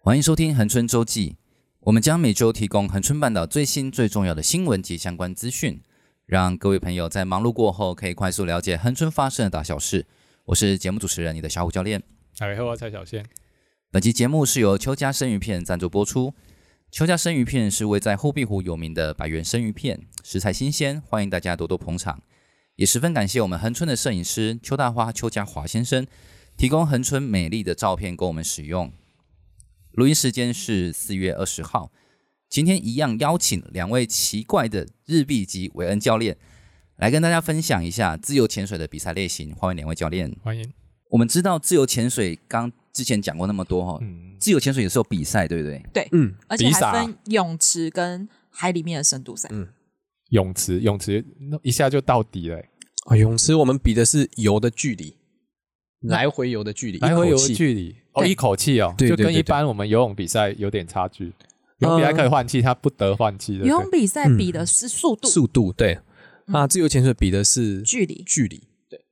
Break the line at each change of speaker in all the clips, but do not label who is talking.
欢迎收听恒春周记，我们将每周提供恒春半岛最新最重要的新闻及相关资讯，让各位朋友在忙碌过后可以快速了解恒春发生的大小事。我是节目主持人，你的小虎教练。
大家好，我蔡小仙。
本期节目是由邱家生鱼片赞助播出。邱家生鱼片是位在后壁湖有名的百元生鱼片，食材新鲜，欢迎大家多多捧场。也十分感谢我们恒春的摄影师邱大花邱家华先生提供恒春美丽的照片供我们使用。录音时间是四月二十号，今天一样邀请两位奇怪的日币籍韦恩教练来跟大家分享一下自由潜水的比赛类型。欢迎两位教练。
欢迎。
我们知道自由潜水刚之前讲过那么多哈、哦，
嗯
自由潜水也是有比赛，对不对？
嗯，
而且
比
还
啥？
分泳池跟海里面的深度赛。
泳池，泳池那一下就到底了欸、
啊，泳池我们比的是游的距离，来回游的距离，
来回
一
游
口
的
气
距离哦，
对
一口气哦，
对
就
对
跟
对
一般我们游泳比赛有点差距。游泳
呃
比赛可以换气，它不得换气的。
游泳比赛
嗯
比的是速度、
速度对。
嗯
啊，自由潜水比的是
距离，
距离，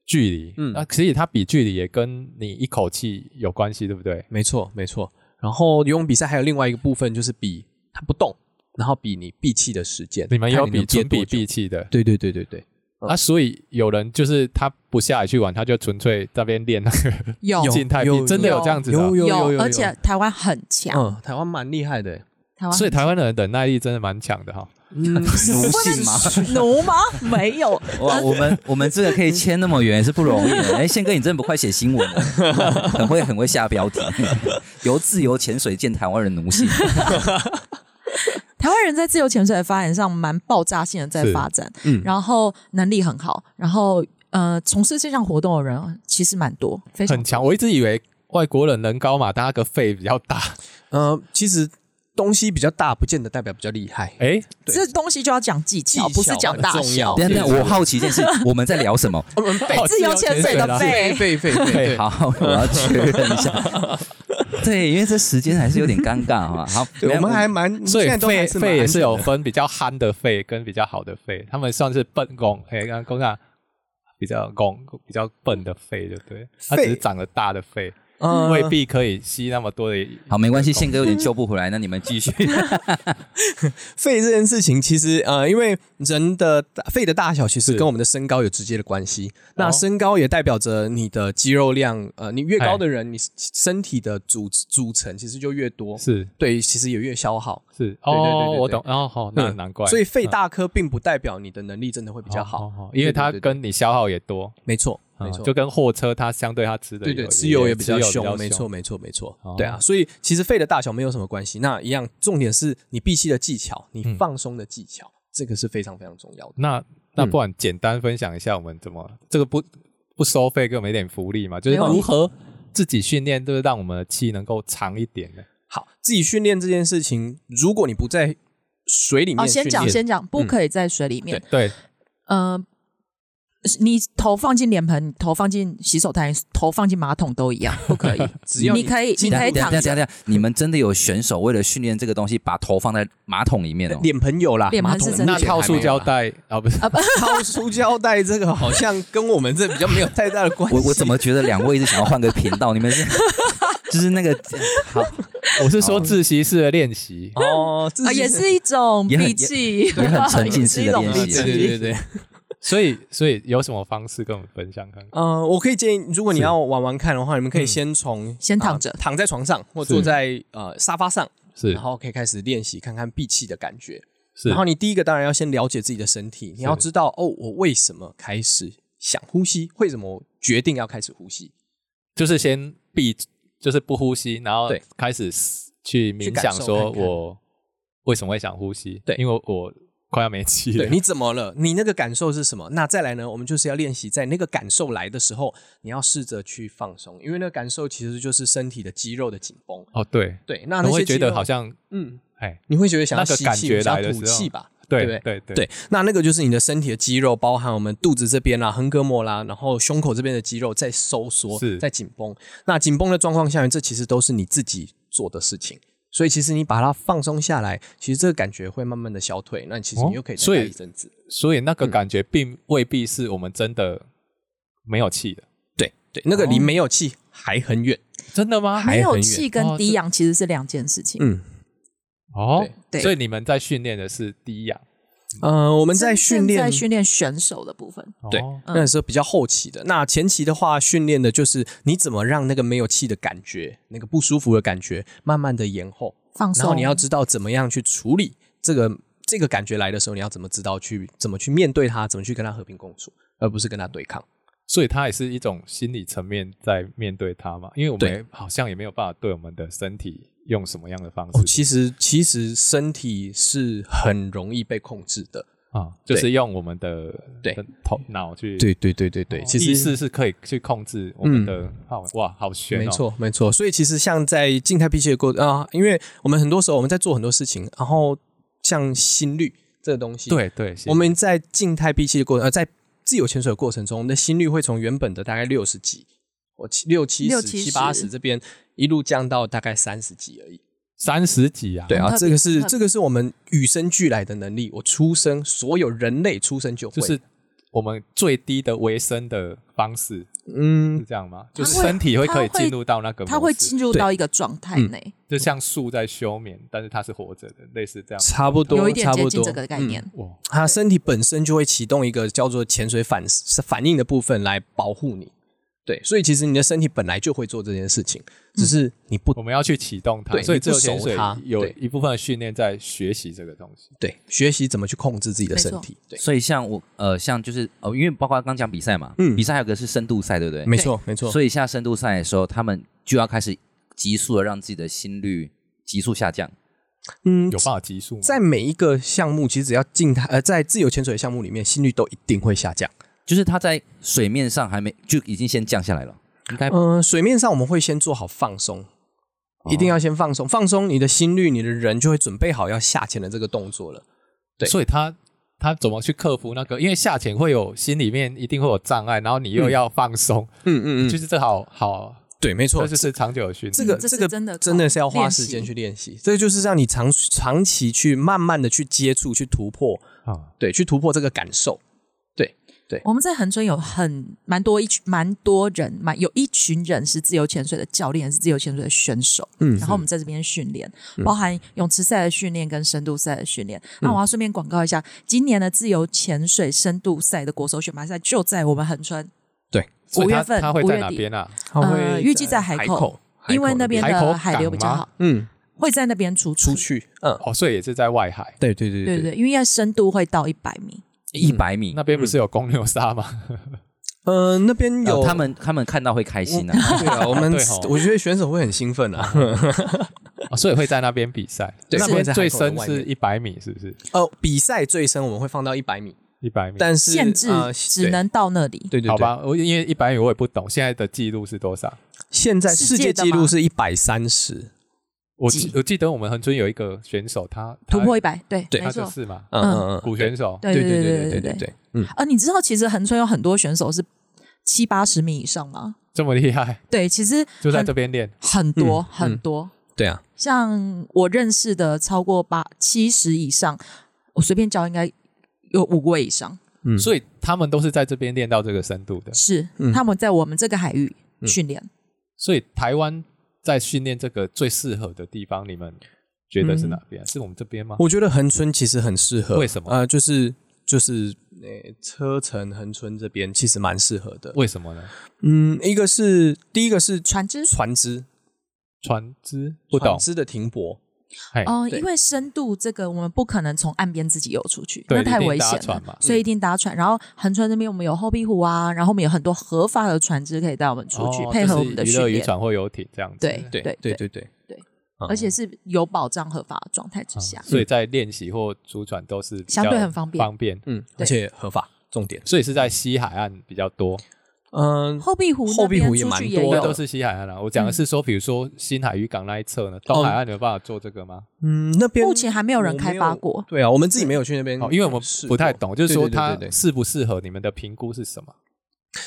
距离，嗯
嗯
啊，其实它比距离也跟你一口气有关系，对不对？
没错没错。然后游泳比赛还有另外一个部分就是比它不动，然后比你闭气的时间。
你们有
看能
比纯
憋多
比
久
闭？气的
对对对对对，
啊，所以有人就是他不下来去玩，他就纯粹在那边练那
哦
个
有
静态
有
闭，
有
真的有
有
这样子的
有
哦。
有有有，
而且台湾很强，
嗯，台湾蛮厉害的，
台湾
所以
很
台湾人的忍耐力真的蛮强的哈。
嗯， 奴性嘛，
奴吗？ 没有，
哇，我们我们这个可以签那么远也是不容易的。哎，宪哥，你真的不快写新闻了， 很会很会下标题。 由自由潜水见台湾人 奴性，
台湾人在自由潜水的发展上蛮爆炸性的在发展，
嗯
然后能力很好，然后呃，从事这项活动的人其实蛮多，非常
很强。我一直以为外国人人高马大，个肺比较大。
呃，其实东西比较大，不见得代表比较厉害。
哎，
对
这东西就要讲技巧，
技巧
不是讲大
很重
小。
要
等一下等一下，我好奇一件事，我们在聊什么？
我们 背
哦
自由潜水 的
自由潜水啦
背，
背 背背背，
好，我要确认一 下。对，因为这时间还是有点尴尬哈。好，
对，我们还蛮，
所以
嗯现在都
肺
还是蛮
肺也是有
安全的
分比较憨的肺跟比较好的肺，他们算是笨工，哎，刚刚工上比较工比较笨的肺，对不对？他只是长得大的肺，
嗯
未必可以吸那么多的。
好，没关系，宪哥有点救不回来，那你们继续。
肺这件事情，其实呃，因为人的大肺的大小其
是
实
哦
跟我们的身高有直接的关系。那身高也代表着你的肌肉量，呃，你越
哎
高的人，你身体的组组成其实就越多，
是
对，其实也越消耗。
是
对对对
哦，
对
我懂哦，好，那
嗯
难怪。
所以肺大颗并不代表你的能力真的会比
比
较好，
因为
对对
它
对对
跟你消耗也多，
没错，
啊
没错，
就跟货车它相对它吃的
对对，
吃
吃油也比
吃油
较
比
凶，没错，没错，没错
哦。
对啊，所以其实肺的大小没有什么关系。那一样，重点是你闭气的技巧，
嗯
你放松的技巧，这个是非常非常重要的。
那那
嗯
不然简单分享一下我们怎么、这个不不收费给我们一点福利嘛？就是
没问题
如何自己训练，就是让我们的气能够长一点的。
好，自己训练这件事情，如果你不在水里
哦，
面训
先
练，
讲先讲，不
嗯
可以在水里面。
对，
呃，你头放进脸盆，你头放进洗手台，头放进马桶都一样，不可 以。
只要
你可以，你
等
可以
一下
躺啊
等一下等
着，
一下，你们真的有选手为了训练这个东西，把头放在马桶里 面哦？
脸盆有啦，
脸盆
马桶
是真的
那
目前还
套
没
塑
有
胶
啦，
带啊，不是，
套塑胶带这个好像跟我们这比较没有太大的关系。
我我怎么觉得两位一直想要换个频道？你 们是就是那个好，
我是说自习室的练习。
哦，自
啊，
己
也是一种
也很
闭气，
也很沉浸式的练习
对
也是一种
对
闭
对
气
对对。
所以，所以有什么方式跟我们分享看看？
呃，我可以建议，如果你
是
要玩玩看的话，你
嗯
们可以先从
先躺
呃
着
躺在床上或
是
坐在呃沙发上，
是
然后可以开始练习，看看闭气的感觉。
是
然后你第一个当然要先了解自己的身体，你要知道哦，我为什么开始想呼吸？为什么我决定要开始呼吸？
就是先闭，就是不呼吸，然后
对
开始思去
去
冥
感
想，
受
说
看看
我为什么会想呼吸？
对
因为我快要没气了
对，。你怎么了？你那个感受是什么？那再来呢？我们就是要练习，在那个感受来的时候，你要试着去放松，因为那个感受其实就是身体的肌肉的紧绷。
哦，对，
对，
我
那啊那些
会觉
肌
得
肉
好，像，
嗯，
哎，
你会觉得想要
那个
吸
感
气
觉
想
来的
要吐
时候
气吧？
对
对不
对对
对，那那个就是你的身体的肌肉，包含我们肚子这边啊啦、横膈膜啦，然后胸口这边的肌肉在收缩
是，
在紧绷。那紧绷的状况下面，这其实都是你自己做的事情。所以其实你把它放松下来，其实这个感觉会慢慢的消退。那你其实
哦
你又可以
所
再
以
待一阵子。
所以那
嗯
个感觉并未必是我们真的没有气的。
哦对对，那个离没有气还很远。
真的吗？
没
还
有
很远
气跟低氧其实是两件事情。
嗯，
哦
对
所以你们在训练的是低氧，
呃，我们在
真
训
正
练
在训练选手的部分，嗯
对
哦
那时候比较后期的。那前期的话，训练的就是你怎么让那个没有气的感觉、那个不舒服的感觉，慢慢的延后。
放
然后
松。
你要知道怎么样去处理这个这个感觉来的时候，你要怎么知道去怎么去面对它，怎么去跟它和平共处，而不是跟它对抗。
所以它也是一种心理层面在面对它嘛，因为我们
对
也好像也没有办法对我们的身体用什么样的方
哦，
式
其实其实身体是很容易被控制的。
啊，就是用我们的
对
的头脑去
对对对对
哦意识是可以去控制我们的，好哇，好悬哦，
没错，没错。所以其实像在静态闭气的过啊，因为我们很多时候我们在做很多事情，然后像心率这个东西，，
对对，
我们在静态闭气的过程，呃，在自由潜水的过程中，我们的心率会从原本的大概六十几，我七六七
六
十、
七十
七八十这边一路降到大概三十几而已。
三十几啊，
对
很
啊，
特
这
别
个是
很
这个是我们与生俱来的能力。我出生，所有人类出生就会，
就是我们最低的维生的方式
嗯
是，这样吗？就是
它会
身体会可以
它会
进入到那个模式，
他会进入
对
到一个状态内，
就像树在休眠，但是它是活着的，类似这样。
差不多，
有一点
差
接
不
近
多
这个概
嗯
念。
哇，
它身体本身就会启动一个叫做潜水反反应的部分来保护你。对，所以其实你的身体本来就会做这件事情，只是你不、
我们要去启动它，
对
所以
你
自
不
由潜
熟
水
它
有
对
一部分的训练在学习这个东西。
对学习怎么去控制自己的
没错
身体。对，
所以像我呃，像就是呃，因为包括刚讲比赛嘛，
嗯
比赛还有个是深度赛，对不对？
没错，没错。
所以下深度赛的时候，他们就要开始急速的让自己的心率急速下降。
嗯
有，办法激素吗？
在每一个项目，其实只要静态呃，在自由潜水项目里面，心率都一定会下降。
就是它在水面上还没就已经先降下来了，应该
嗯、水面上我们会先做好放松，一定要先放松，放松你的心率，你的人就会准备好要下潜的这个动作了。对
所以他他怎么去克服那个？因为下潜会有心里面一定会有障碍，然后你又要放松，
嗯嗯
就是这好好，
对，没
这
错，
就是长久的训练。
这个
这是
这个
真的哦
真的是要花
练习
时间去练习，这个就是让你长长期去慢慢的去接触、去突破，
啊，
对，去突破这个感受。
我们在恒春有很蛮多一群蛮多人，蛮有一群人是自由潜水的教练，是自由潜水的选手。
嗯
然后我们在这边训练，包含泳池赛的训练跟深度赛的训练。那我要顺便广告一下，今年的自由潜水深度赛的国手选拔赛就在我们恒春，
所以
五
他
月份
他会
五
在
月
哪
底
边啊？
它会
呃预计在海
海
口
海
因为
口
那边
海口
的
港
海流比较
吗
好，
嗯
会在那边出
出。去，嗯，
哦，所以也是在外海
对对对
对对，对，因为要深度会到一百米。
嗯
一百米。
那边不是有公牛鲨吗？
呃，那边
呃
有
他。们他们看到会开心啊，
对啊，我们
对哦吼
我觉得选手会很兴奋啊。
哦所以会在那边比赛。
对
那
是
边
在海
最
口的
深
外
是
面
一百米，是不是？
哦，比赛最深我们会放到一百米，
一百米。
但是
限制
呃
只能到那里。
对对对对
好，吧，我因为一百米我也不懂，现在的记录是多少？
现在
世
世
界
界
的
纪
吗
录是一百三十，
我
几
记我记得我们恒春有一个选手，他
突破一
百，
百，对，
对
他
没
就
错。
是嘛，
嗯嗯嗯，
古选手。
对
对
对
对
对
对对
对
对对，嗯，
啊，你知道其实恒春有很多选手是七八十米以上吗？
这么厉害，
对，其实
就在
很
这边练。
很多、
嗯
很多，
对啊，
像我认识的超过八七十以上，我随便叫应该有五位以上，
嗯
所以他们都是在这边练到这个深度的。
是、
嗯
他们在我们这个海域
嗯
训练。
所以台湾在训练这个最适合的地方，你们觉得是哪边？是我们这边吗？
我觉得恒春其实很适合，
为什么
呃，就是就是呃，车城恒春这边其实蛮适合的。
为什么呢？
嗯，一个是第一个是
船只，
船只，
船只不
船
懂，
只的停泊，
嘿，
嗯、
对
因为深度这个我们不可能从岸边自己游出去，
对
那太
一定
危
搭
险
船嗯嘛
了，所以一定搭船。然后横川那边我们有后壁湖啊，然后我们有很多合法的船只可以带我们出去，
哦
配合我们
就
的
是娱
训
乐渔
练。
船或游艇这样子。
对
对
对
对对对，嗯
而且是有保障合法的状态之下，
所以在练习或租船都是比较
相对很方便
方便。
嗯，而且合法，重点，
所以是在西海岸比较多，
嗯，
后壁湖那
后壁
边
湖也
出
蛮
去
多
不过
的
有，
都是西海岸啊啦、我讲
嗯
的是说，比如说新海渔港那一侧呢，东海岸有办法做这个吗？
哦嗯，那边
目前还没有人开发
我
过
没有。对啊，我们自己没有去那边
哦，，因为我们
试
不太
过
懂，就是说
对对对
它
对对
适不适合，你们的评估是什么？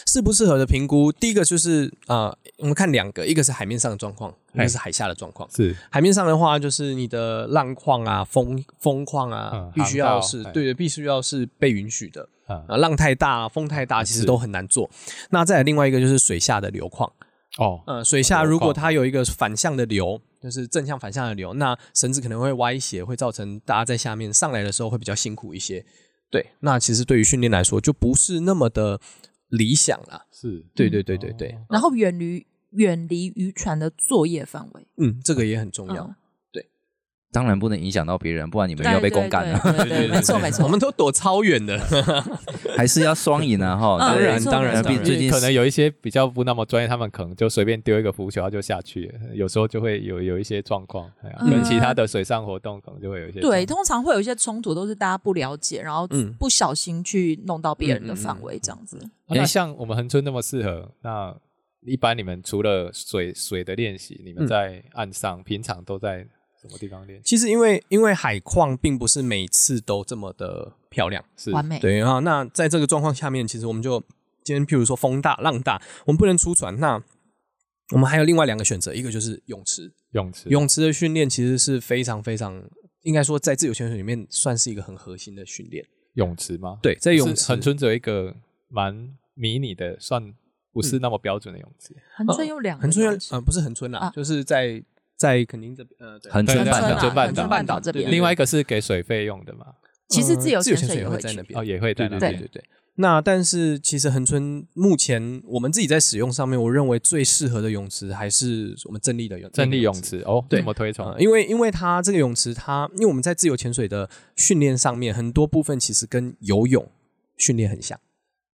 适不适合的评估。第一个就是啊，呃我们看两个，一个是海面上的状况，一
哎
个是海下的状况。
是
海面上的话，就是你的浪况啊、风风况啊
嗯，
必须要是
航道哎
对的，必须要是被允许的。
啊，
啊，浪太大、风太大，其实
是
都很难做。那再来另外一个就是水下的流况，
哦，
嗯，水下如
我
果
懂
它有一个反向的流，就是正向反向的流，那绳子可能会歪斜，会造成大家在下面上来的时候会比较辛苦一些。对，那其实对于训练来说就不是那么的理想啦。
是，哦
对对对对对，
嗯然后远离远离渔船的作业范围，
嗯，这个也很重要。
嗯
当然不能影响到别人，不然你们又要被公干了，
对对嗯对对，没错没
我
错，
们都躲超远的。
还是要双赢啊哈。
嗯
对
然
没错
当然
没错
毕
当然
最近
可能有一些比较不那么专业，他们可能就随便丢一个浮球，他就下去了，有时候就会有有一些状况，哎呀
嗯
跟其他的水上活动可能就会有一些
对，
状
通常会有一些冲突，都是大家不了解，然后
嗯
不小心去弄到别人的范围，这样子。
况。那像我们恒春那么适合，那一般你们除了水水的练习，你们
嗯
在岸上、平常都在什么地方练习？
其实因为因为海况并不是每次都这么的漂亮，
是
完美，
对啊。那在这个状况下面，其实我们就今天譬如说风大浪大，我们不能出船，那我们还有另外两个选择，一个就是泳池，
泳池，
泳池的训练其实是非常非常，应该说在自由潜水里面算是一个很核心的训练。
泳池吗？
对，在
就是
泳池
恒春只有一个蛮迷你的，算不是
嗯
那么标准的泳池。
横春有两个
恒春
泳
要
池，
呃不是恒春啦，
啊
就是在在垦丁这边呃对
恒春
对
半
对
岛
恒春半
恒
岛
春半岛这边，
对
另外一个是给水费用的嘛？
其实
呃
自由
自由
潜水
潜水
也
会
会
在那
去，
边
哦，也会在
对
那
对
边
对对对。那但是其实恒春目前我们自己在使用上面，我认为最适合的泳池还是我们正立的泳
正立泳。池哦，
对
这么推崇
呃，因为因为它这个泳池它，因为我们在自由潜水的训练上面，很多部分其实跟游泳训练很像。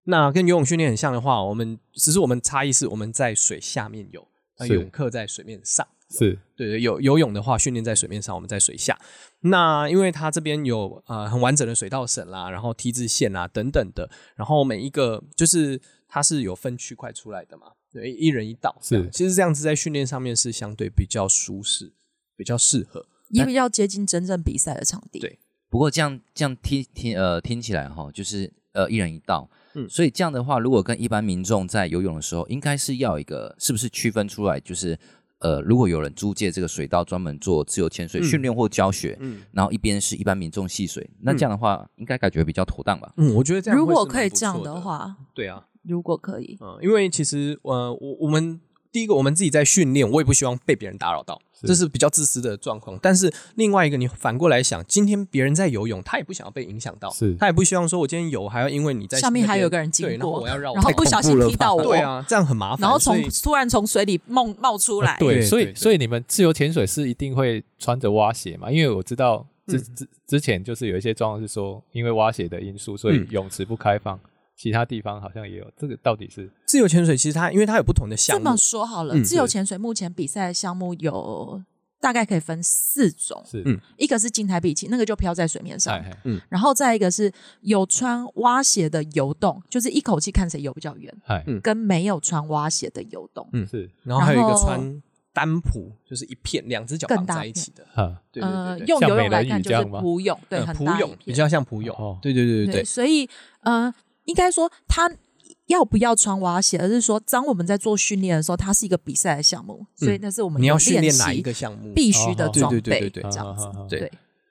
那跟游泳训练很像的话，我们只是我们差异是我们在水下面游，那
是
泳课在水面上。
是
对对，游游泳的话，训练在水面上，我们在水下。那因为它这边有呃很完整的水道绳啦，然后 T 字线啦等等的，然后每一个就是它是有分区块出来的嘛，对，一人一道这样。
是
其实这样子在训练上面是相对比较舒适，比较适合。
也比较接近真正比赛的场地。
对
不过这样这样听听呃听起来哈，就是呃一人一道，
嗯
所以这样的话，如果跟一般民众在游泳的时候，应该是要有一个是不是区分出来，就是呃如果有人租借这个水道专门做自由潜水
嗯
训练或教学，
嗯
然后一边是一般民众戏水，那
嗯
这样的话应该感觉比较妥当吧？
嗯，我觉得这样
如
会
果
是
可以
蛮不
这样
错
的
的，
话，
对啊，
如果可以，
嗯，因为其实呃，我我们第一个我们自己在训练，我也不希望被别人打扰到，
是
这是比较自私的状况。但是另外一个，你反过来想，今天别人在游泳，他也不想要被影响到，
是
他也不希望说我今天游还要因为你在
下面还有个
人
人经
对，然后
过
我，要绕，
然后不小心踢到我，
对啊，这样很麻烦，
然后从
所以啊
突然从水里冒冒出来，
对
所以
对
所以你们自由潜水是一定会穿着蛙鞋嘛？因为我知道
嗯
之之之前就是有一些状况是说，因为蛙鞋的因素，所以
嗯
泳池不开放，其他地方好像也有。这个到底是
自由潜水其实它因为它有不同的
这
项目
么，说好了，
嗯
自由潜水目前比赛的项目有大概可以分四种，
是
嗯
一个是静态闭气，那个就漂在水面上
哎，哎
然后再一个是有穿蛙鞋的游动，就是一口气看谁游比较远，
哎
嗯
跟没有穿蛙鞋的游动。
嗯
是
然后还有一
然
个
后
穿单蹼，就是一片两只脚
更
绑
大
在一
片
起的，
哈
对对
呃，
对对，
用游
像
泳
美
来
人鱼
看就
这
是
样吗
扑泳，对，
呃
很
蹼
大一
泳
片
比较像蹼
哦
泳，对对对对对，
所以呃，应该说他要不要穿蛙鞋，而是说当我们在做训练的时候，它是一个比赛的项目，所以那是我们
嗯你要
有
训练
习
哪一个项目？
必须的
哦
装备，
对对对对对
这样子
啊啊啊啊，
对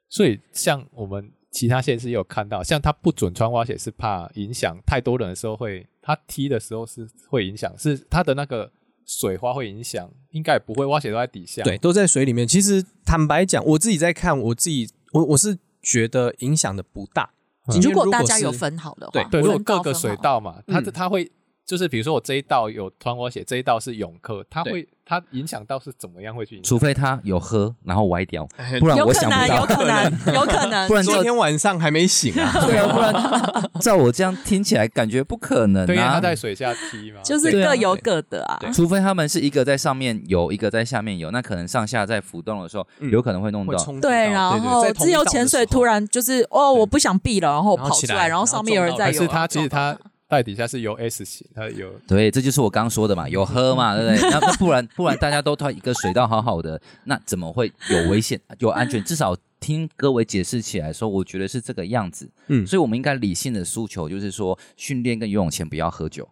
所以像我们其他县市也有看到，像他不准穿蛙鞋是怕影响太多人的时候会，他踢的时候是会影响，是他的那个水花会影响，应该也不会蛙鞋都在底下。
对，，都在水里面。其实坦白讲，我自己在看，我自己我我是觉得影响的不大。今天
如果大家
是
有，分好的话，
对
对，如果各
分
个
好
水道嘛，它
嗯
它会就是比如说我这一道有穿蛙鞋，这一道是泳客，它
对
会它影响到是怎么样会去影响？
除非他有喝然后歪掉，
哎
不然
有
我
可
想
能，
不
有
到。
可 能，有可能，
不然
昨
就
天晚上还没醒啊。
对啊，不然 照我这样听起来，感觉不可能
对呀，
啊
他。在水下踢嘛，
就是
对啊
各有各的啊。
除非他们是一个在上面游，一个在下面游，那可能上下在浮动的时候，
嗯
有可能会弄
会
到。
冲击到
对，然后
在同
自
一道
由
的
潜水
时候
突然就是哦，我不想避了，然后
然后
跑
起
出
来
来，然后
然后
上面有人
撞
在
到
还
游
是
啊，
它其实
撞到
它在底下是有 S 型，它有
对，这就是我刚刚说的嘛，有喝 嘛，对不对？那那不然不然大家都到一个水道好好的，那怎么会有危险、 有安全？至少听各位解释起来说，我觉得是这个样子。嗯，
嗯
所以我们应该理性的诉求就是说，训练跟游泳前不要喝酒。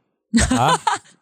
啊，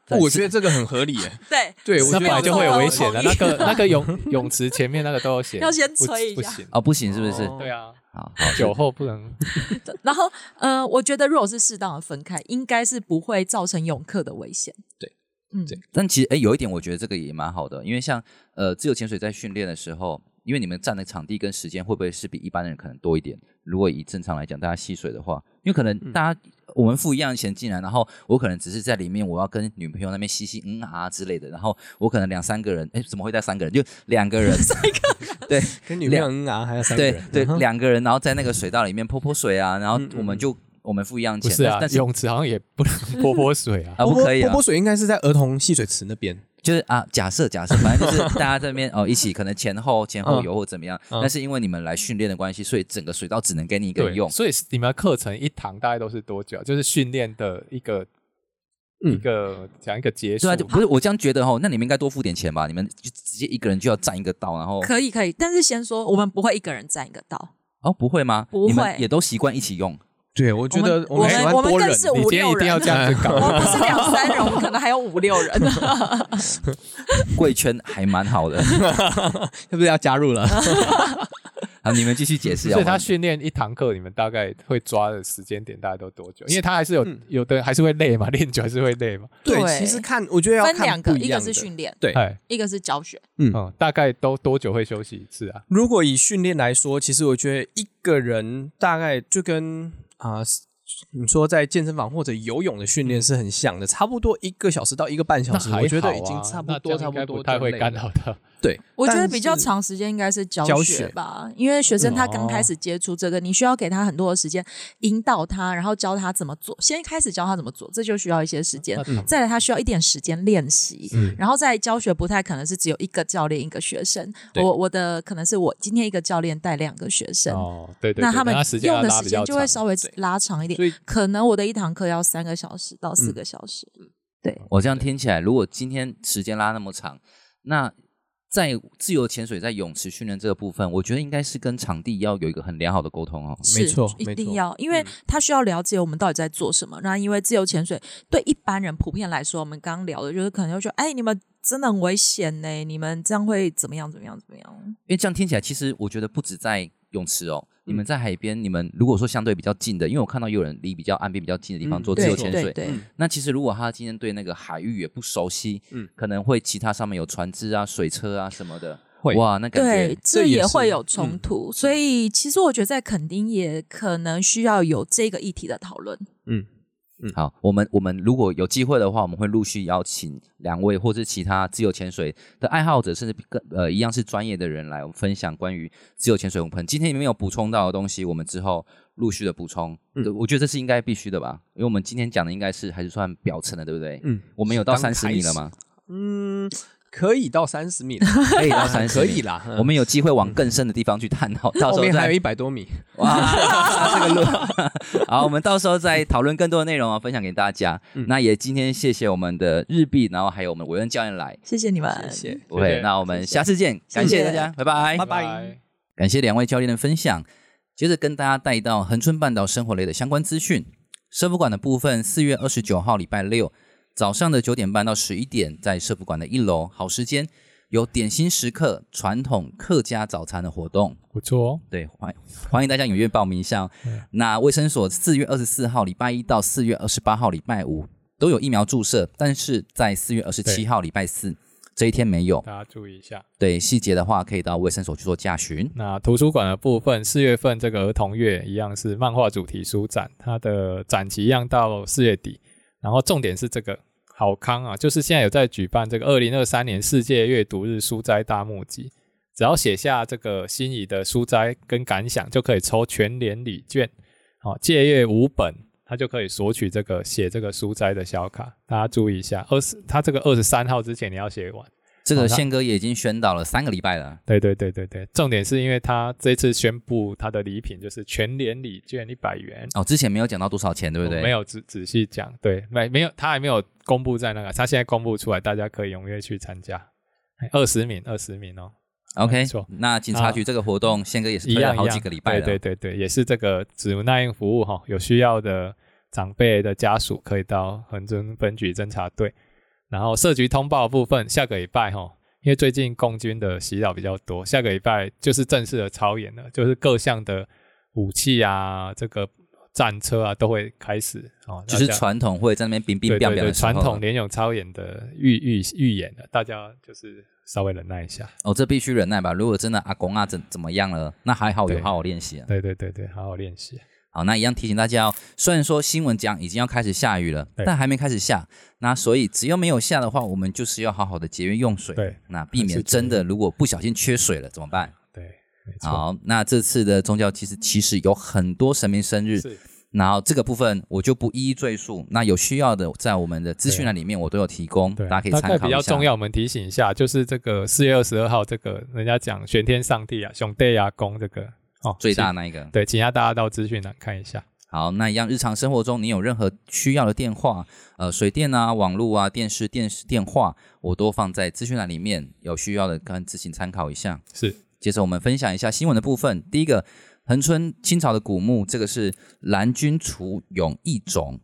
对
我
是
觉得这个很合理耶。
对，
对，
那
我觉
本
得
来就会有危险的。
我
那
同
个那个泳泳池前面那个都有写，
要先
不
催一
不
下
行。
哦，不行，是不是？
哦
对 啊，
好，
酒后不能
然后，呃，我觉得如果是适当的分开，应该是不会造成泳客的危险。
对，
嗯，
对
但其实哎，有一点我觉得这个也蛮好的，因为像呃自由潜水在训练的时候，因为你们站的场地跟时间会不会是比一般人可能多一点？如果以正常来讲，大家戏水的话，因为可能大家、我们付一样的钱进来，然后我可能只是在里面我要跟女朋友那边嘻嘻嗯啊之类的，然后我可能两三个人，哎，怎么会带三个人？就两个人，三个对，
跟女朋友嗯啊，还有三个
对
人，
对
嗯哼，
两个人，然后在那个水道里面泼泼水啊，然后我们就、我们付一样
不
钱，
是啊
但，是啊、
泳池好像也不 能泼泼水 啊。
不
波波
可以
波
啊
波，水应该是在儿童戏水池那边，
就是啊，假设假设，反正就是大家这边哦一起可能前后前后游或怎么样，
嗯
但是因为你们来训练的关系，所以整个水道只能给你一个人
对，
用，
所以你们的课程一堂大概都是多久啊？就是训练的一个一
嗯，
个讲一个结束
对啊，就不是我这样觉得哦，那你们应该多付点钱吧，你们就直接一个人就要占一个道，然
哦
后
可以可以，但是先说我们不会一个人占一个 道，
哦不会吗？
不会
你们也都习惯一起用，
对，我觉得
我们
喜欢
我们
多人
更，是
你
五
今天
六
一定要
人
这。样 子
我
搞。
们不是两三人，我们可能还有五六 人。
贵圈还蛮好的，
是不是要加入 了？
好，你们继续解释啊。
所以他
我
训练一堂课，你们大概会抓的时间点大概都多久？因为他还是嗯有有的还是会累嘛，练久还是会累嘛。
对
其实看我觉得要
分
看
两个，
不一
一个
样
是
的
训练，
对，
哎，
一个是教学。
嗯，大概都多久会休息一次啊？
如果以训练来说，其实我觉得一个人大概就跟啊、你说在健身房或者游泳的训练是很像的，差不多一个小时到一个半小
嗯那
时，
还好啊
我觉得已经差不
那这
多，
样
差
应该
不
不
多
太
就
会
累
干
了
扰他。
对，
我觉得
但
比较
是
长时间应该是教
教
学
学
吧，因为学生他刚
哦
开始接触这个，你需要给他很多的时间，引导他，然后教他怎么做。先开始教他怎么做，这就需要一些时间
那。他们
再来，他需要一点时间练习，
嗯
然后再来教学不太可能是只有一个教练一个学生。
对
我我的可能是我今天一个教练带两个学生，
哦，对对，
那
对
他们
那时间
用
要
的
拉
时
比
间
较
就会
长
稍微
对
拉长一
所
点
以，
可能我的一堂课要三个小时到
嗯
四个小时。
我这样听起来，如果今天时间拉那么长，那在自由潜水在泳池训练这个部分，我觉得应该是跟场地要有一个很良好的沟通哦。
是
没错
一
没
定
错
要，因为
嗯
他需要了解我们到底在做什么。那因为自由潜水对一般人普遍来说，我们刚刚聊的就是可能会说，哎，你们真的很危险呢，你们这样会怎么样怎么样怎么样？
因为这样听起来，其实我觉得不止在泳池哦，你
嗯
们在海边，你们如果说相对比较近的，因为我看到有人离比较岸边比较近的地方
嗯
做自
对
由
没
潜
错
水
对，对，
那其实如果他今天对那个海域也不熟悉，嗯
嗯，
可能会其他上面有船只啊、水车啊什么的，
会
哇，那感觉，
对这
这也
也会
是
有冲
嗯
突，所以其实我觉得在垦丁也可能需要有这个议题的讨论。
好，我们我们如果有机会的话，我们会陆续邀请两位或是其他自由潜水的爱好者，甚至更呃一样是专业的人来我们分享关于自由潜水。我们今天没有补充到的东西，我们之后陆续的补充。
嗯
对我觉得这是应该必须的吧，因为我们今天讲的应该是还是算表层的，对不对？
嗯
我们有到
刚
三十
开
米了
始
吗？
嗯，可以到三十米了，
可以到三十
可
米，
以。啦。嗯
我们有机会往更深的地方去探讨，到时
后
候
面还
再
有一百多米，
哇，这个论， 好，我们到时候再讨论更多的内容啊，分享给大家。
嗯
那也今天谢谢我们的日币，然后还有我们伟恩教练来，
谢谢你们，
谢谢。
不会，那我们下次见，感谢大家，拜拜，
拜拜
感谢两位教练的分享。接着跟大家带到恒春半岛生活类的相关资讯。社服馆的部分，四月二十九号礼拜六早上的九点半到十一点，在社服馆的一楼好时间有点心时刻传统客家早餐的活动。
不错哦。
对，欢欢迎大家踊跃报名一下、哦。那卫生所四月二十四号礼拜一到四月二十八号礼拜五都有疫苗注射，但是在四月二十七
对
号礼拜四这一天没有。
大家注意一下。
对细节的话，可以到卫生所去做驾询。
那图书馆的部分，四月份这个儿童月一样是漫画主题书展，它的展期一样到四月底。然后重点是这个好康啊，就是现在有在举办这个二零二三年世界阅读日书斋大募集，只要写下这个心仪的书斋跟感想，就可以抽全联礼券，好、借阅五本。他就可以索取这个写这个书斋的小卡，大家注意一下。二十，他这个二十三号之前你要写完。
这个
好的
宪哥也已经宣导了三个礼拜了，
对对对对对，重点是因为他这次宣布他的礼品就是全联礼券一百元，
哦，之前没有讲到多少钱，对不对？
我哦没有仔仔细讲，对，没没有，他还没有公布在那个，他现在公布出来，大家可以踊跃去参加，哎二十名，二十名哦，
OK，
没错啊
那警察局这个活动，宪哥也是
一
推了
样
好几个礼拜
一
了。
样对对对对，也是这个指无耐用服务哈、有需要的长辈的家属可以到恒春分局侦查队。然后社局通报的部分，下个礼拜哈、因为最近共军的洗脑比较多，下个礼拜就是正式的操演了，就是各项的武器啊，这个战车啊都会开始哦，
就是
大家
传统会在那边冰冰
对
冰
对
冰的
对
时候
传统联咏超演的预预预演的，大家就是稍微忍耐一下。
哦，这必须忍耐吧。如果真的阿公啊怎怎么样了，那还好有
对
好好练习啊。
对对对对，好好练习。
好，那一样提醒大家哦，虽然说新闻讲已经要开始下雨了，
对
但还没开始下，那所以只要没有下的话，我们就是要好好的节约用水，
对
那避免真的如果不小心缺水了怎么办？
对，没错，
好，那这次的宗教其实其实有很多神明生日，
是
然后这个部分我就不一一赘述，那有需要的在我们的资讯栏里面我都有提供，
对，
大家可以
大
参考
概
一下。
比较重要，我们提醒一下，就是这个四月二十二号，这个人家讲玄天上帝啊，兄弟啊，公这个哦，
最大
请
那一个，
对，请下大家到资讯栏看一下。
好，那一样日常生活中你有任何需要的电话，呃，水电啊、网络啊、电视、电视电话，我都放在资讯栏里面，有需要的跟自行参考一下。
是
接着我们分享一下新闻的部分。第一个，恒春清朝的古墓，这个是蓝军楚俑一种，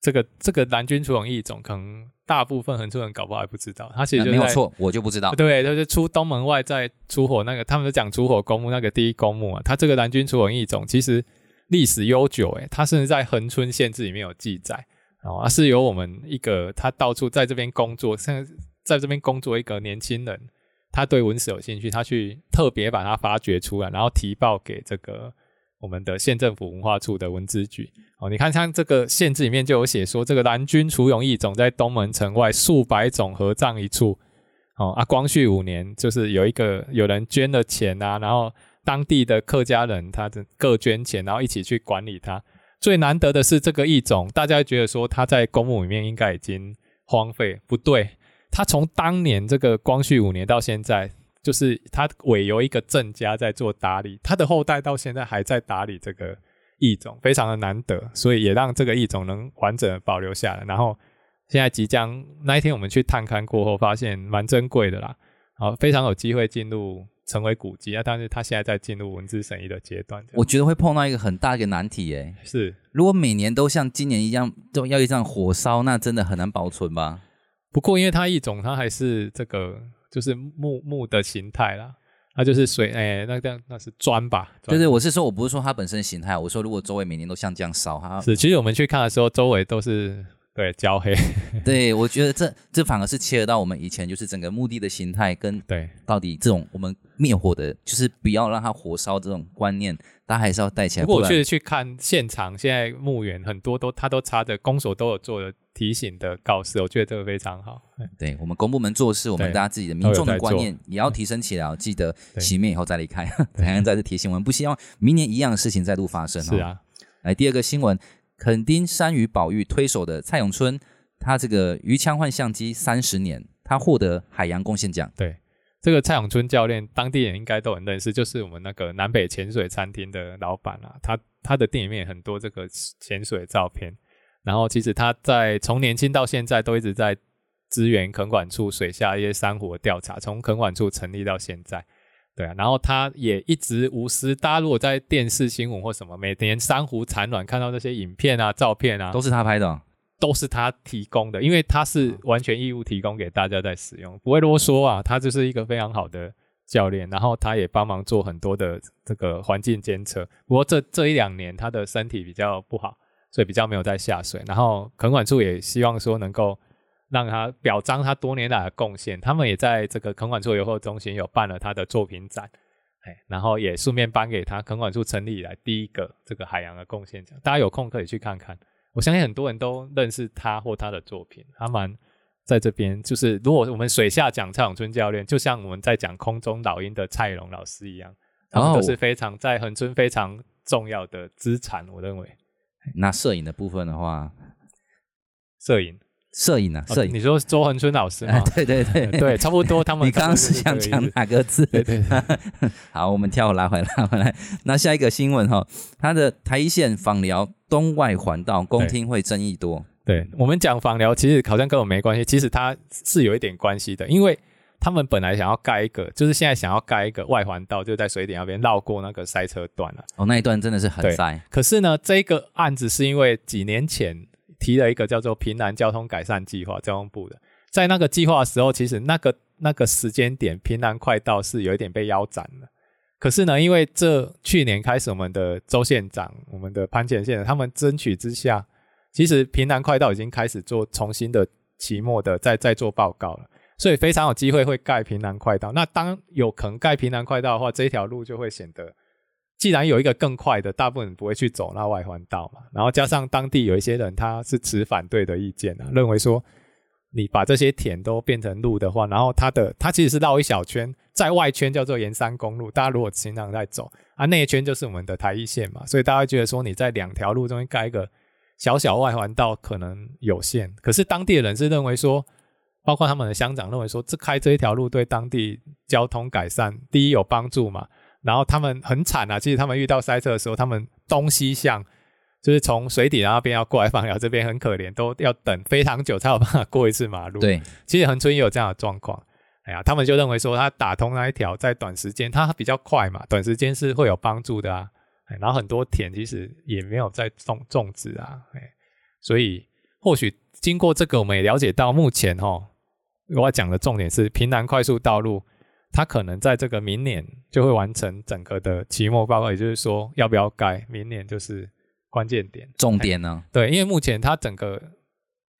这个这个蓝军楚勇一种，可能大部分很多人搞不好还不知道，他其实
呃
就
没有
在
错，我就不知道。
对，就是出东门外在出火那个，他们都讲出火公墓那个第一公墓啊，它这个蓝军出火一种，其实历史悠久，诶，它甚至在恒春县志里面有记载，哦，啊、是由我们一个他到处在这边工作，现在在这边工作一个年轻人，他对文史有兴趣，他去特别把它发掘出来，然后提报给这个我们的县政府文化处的文资局，哦，你看像这个县志里面就有写说，这个蓝军除蛹一种在东门城外数百种合葬一处。哦啊，光绪五年就是有一个有人捐了钱啊，然后当地的客家人他的各捐钱，然后一起去管理它。最难得的是这个异种，大家觉得说它在公墓里面应该已经荒废，不对，它从当年这个光绪五年到现在，就是它委由一个郑家在做打理，它的后代到现在还在打理这个异种，非常的难得，所以也让这个异种能完整的保留下来。然后现在即将那一天我们去探勘过后，发现蛮珍贵的啦，好，非常有机会进入成为古迹啊，但是它现在在进入文字审议的阶段，这样
我觉得会碰到一个很大的一个难题耶。
是
如果每年都像今年一样都要一场火烧，那真的很难保存吧？
不过因为它一种，它还是这个就是木木的形态啦，它就是水哎、那那那是砖吧？
对
砖
对，我是说，我不是说它本身形态，我说如果周围每年都像这样烧，它
是。其实我们去看的时候，周围都是对焦黑，
对，我觉得这这反而是切合到我们以前就是整个墓地的形态跟
对
到底这种我们灭火的，就是不要让它火烧这种观念，大家还是要带起来。
不过我
然
确实去看现场，现在墓园很多都它都插着公所都有做的提醒的告示，我觉得这个非常好。哎
对我们公部门做事，我们
对
大家自己的
都
民
有
众的
在
观
做
念也要提升起来哦。记得
对
熄灭以后再离开， 怎样再次提醒我们，不希望明年一样的事情再度发生、哦。
是，啊，
来第二个新闻，垦丁山与宝玉推手的蔡永春，他这个鱼枪换相机三十年，他获得海洋贡献奖。
对。这个蔡永春教练，当地人应该都很认识，就是我们那个南北潜水餐厅的老板啊。他他的店里面有很多这个潜水照片，然后其实他在从年轻到现在都一直在支援垦管处水下一些珊瑚的调查，从垦管处成立到现在，对啊，然后他也一直无私。大家如果在电视新闻或什么，每年珊瑚产卵看到那些影片啊、照片啊，
都是他拍的哦、
都是他提供的，因为他是完全义务提供给大家在使用，不会啰嗦啊。他就是一个非常好的教练，然后他也帮忙做很多的这个环境监测。不过这这一两年他的身体比较不好，所以比较没有在下水。然后垦管处也希望说能够让他表彰他多年来的贡献，他们也在这个垦管处游客中心有办了他的作品展。哎，然后也顺便颁给他垦管处成立以来第一个这个海洋的贡献奖，大家有空可以去看看。我相信很多人都认识他或他的作品，他蛮在这边，就是如果我们水下讲蔡永春教练，就像我们在讲空中老鹰的蔡龙老师一样，他们
哦
都是非常在恒春非常重要的资产，我认为
那摄影的部分的话，
摄影，
摄影啊，
哦
摄影，
你说周恒春老师
哎
吗？ 嗯
对对对
对，差不多，他们
你刚刚
差不多
是
就
想
这个意
讲
思
哪个字？
对对
好，我们跳拉回来，拉回来。那下一个新闻哈、它的台一线访寮东外环道公听会争议多，
对我们讲访寮，其实好像跟我没关系，其实它是有一点关系的，因为他们本来想要盖一个，就是现在想要盖一个外环道，就在水顶那边绕过那个塞车段啊了、
哦，那一段真的是很
对
塞，
可是呢，这个案子是因为几年前提了一个叫做平南交通改善计划，交通部的，在那个计划的时候，其实那个那个时间点，平南快道是有一点被腰斩了。可是呢，因为这去年开始，我们的周县长、我们的潘前县长他们争取之下，其实平南快道已经开始做重新的期末的再再做报告了，所以非常有机会会盖平南快道。那当有可能盖平南快道的话，这一条路就会显得，既然有一个更快的，大部分人不会去走那外环道嘛。然后加上当地有一些人他是持反对的意见啊，认为说你把这些田都变成路的话，然后它的它其实是绕一小圈，在外圈叫做沿山公路，大家如果经常在走啊，内圈就是我们的台一线嘛，所以大家觉得说你在两条路中间盖一个小小外环道可能有限，可是当地的人是认为说，包括他们的乡长认为说，这开这一条路对当地交通改善第一有帮助嘛，然后他们很惨啊，其实他们遇到塞车的时候，他们东西向。就是从水底那边要过来枋寮这边很可怜，都要等非常久才有办法过一次马路。
对，
其实恒春也有这样的状况。哎呀，他们就认为说，他打通那一条，在短时间它比较快嘛，短时间是会有帮助的啊。哎然后很多田其实也没有在种种植啊，哎，所以或许经过这个，我们也了解到，目前哈，我要讲的重点是平南快速道路，它可能在这个明年就会完成整个的期末报告，也就是说，要不要改，明年就是关键点。
重点呢？
对，因为目前它整个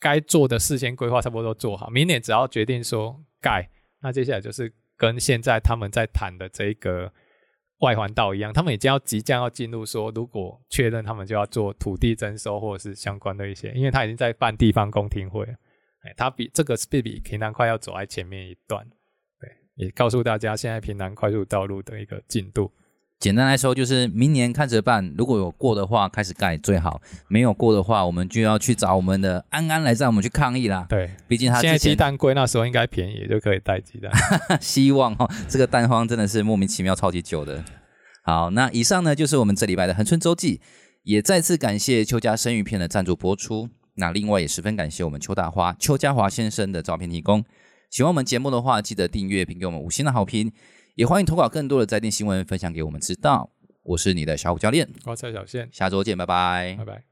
该做的事先规划差不多都做好，明年只要决定说盖，那接下来就是跟现在他们在谈的这个外环道一样，他们已经要即将要进入说，如果确认他们就要做土地征收或者是相关的一些，因为他已经在办地方公听会了，哎，他比这个是比比平南快要走在前面一段，对，也告诉大家现在平南快速道路的一个进度。
简单来说，就是明年看着办，如果有过的话，开始盖最好；没有过的话，我们就要去找我们的安安来让我们去抗议啦。
对，
毕竟他
现
之
在鸡
前
蛋贵，那时候应该便宜，也就可以带鸡蛋。
希望哈、哦，这个蛋荒真的是莫名其妙超级久的。好，那以上呢就是我们这礼拜的恒春周记，也再次感谢邱家生鱼片的赞助播出。那另外也十分感谢我们邱大花、邱家华先生的照片提供。喜欢我们节目的话，记得订阅并给我们五星的好评，也欢迎投稿更多的在地新闻分享给我们知道。我是你的小虎教练，
我蔡小线，
嗯下周见，拜拜
拜拜。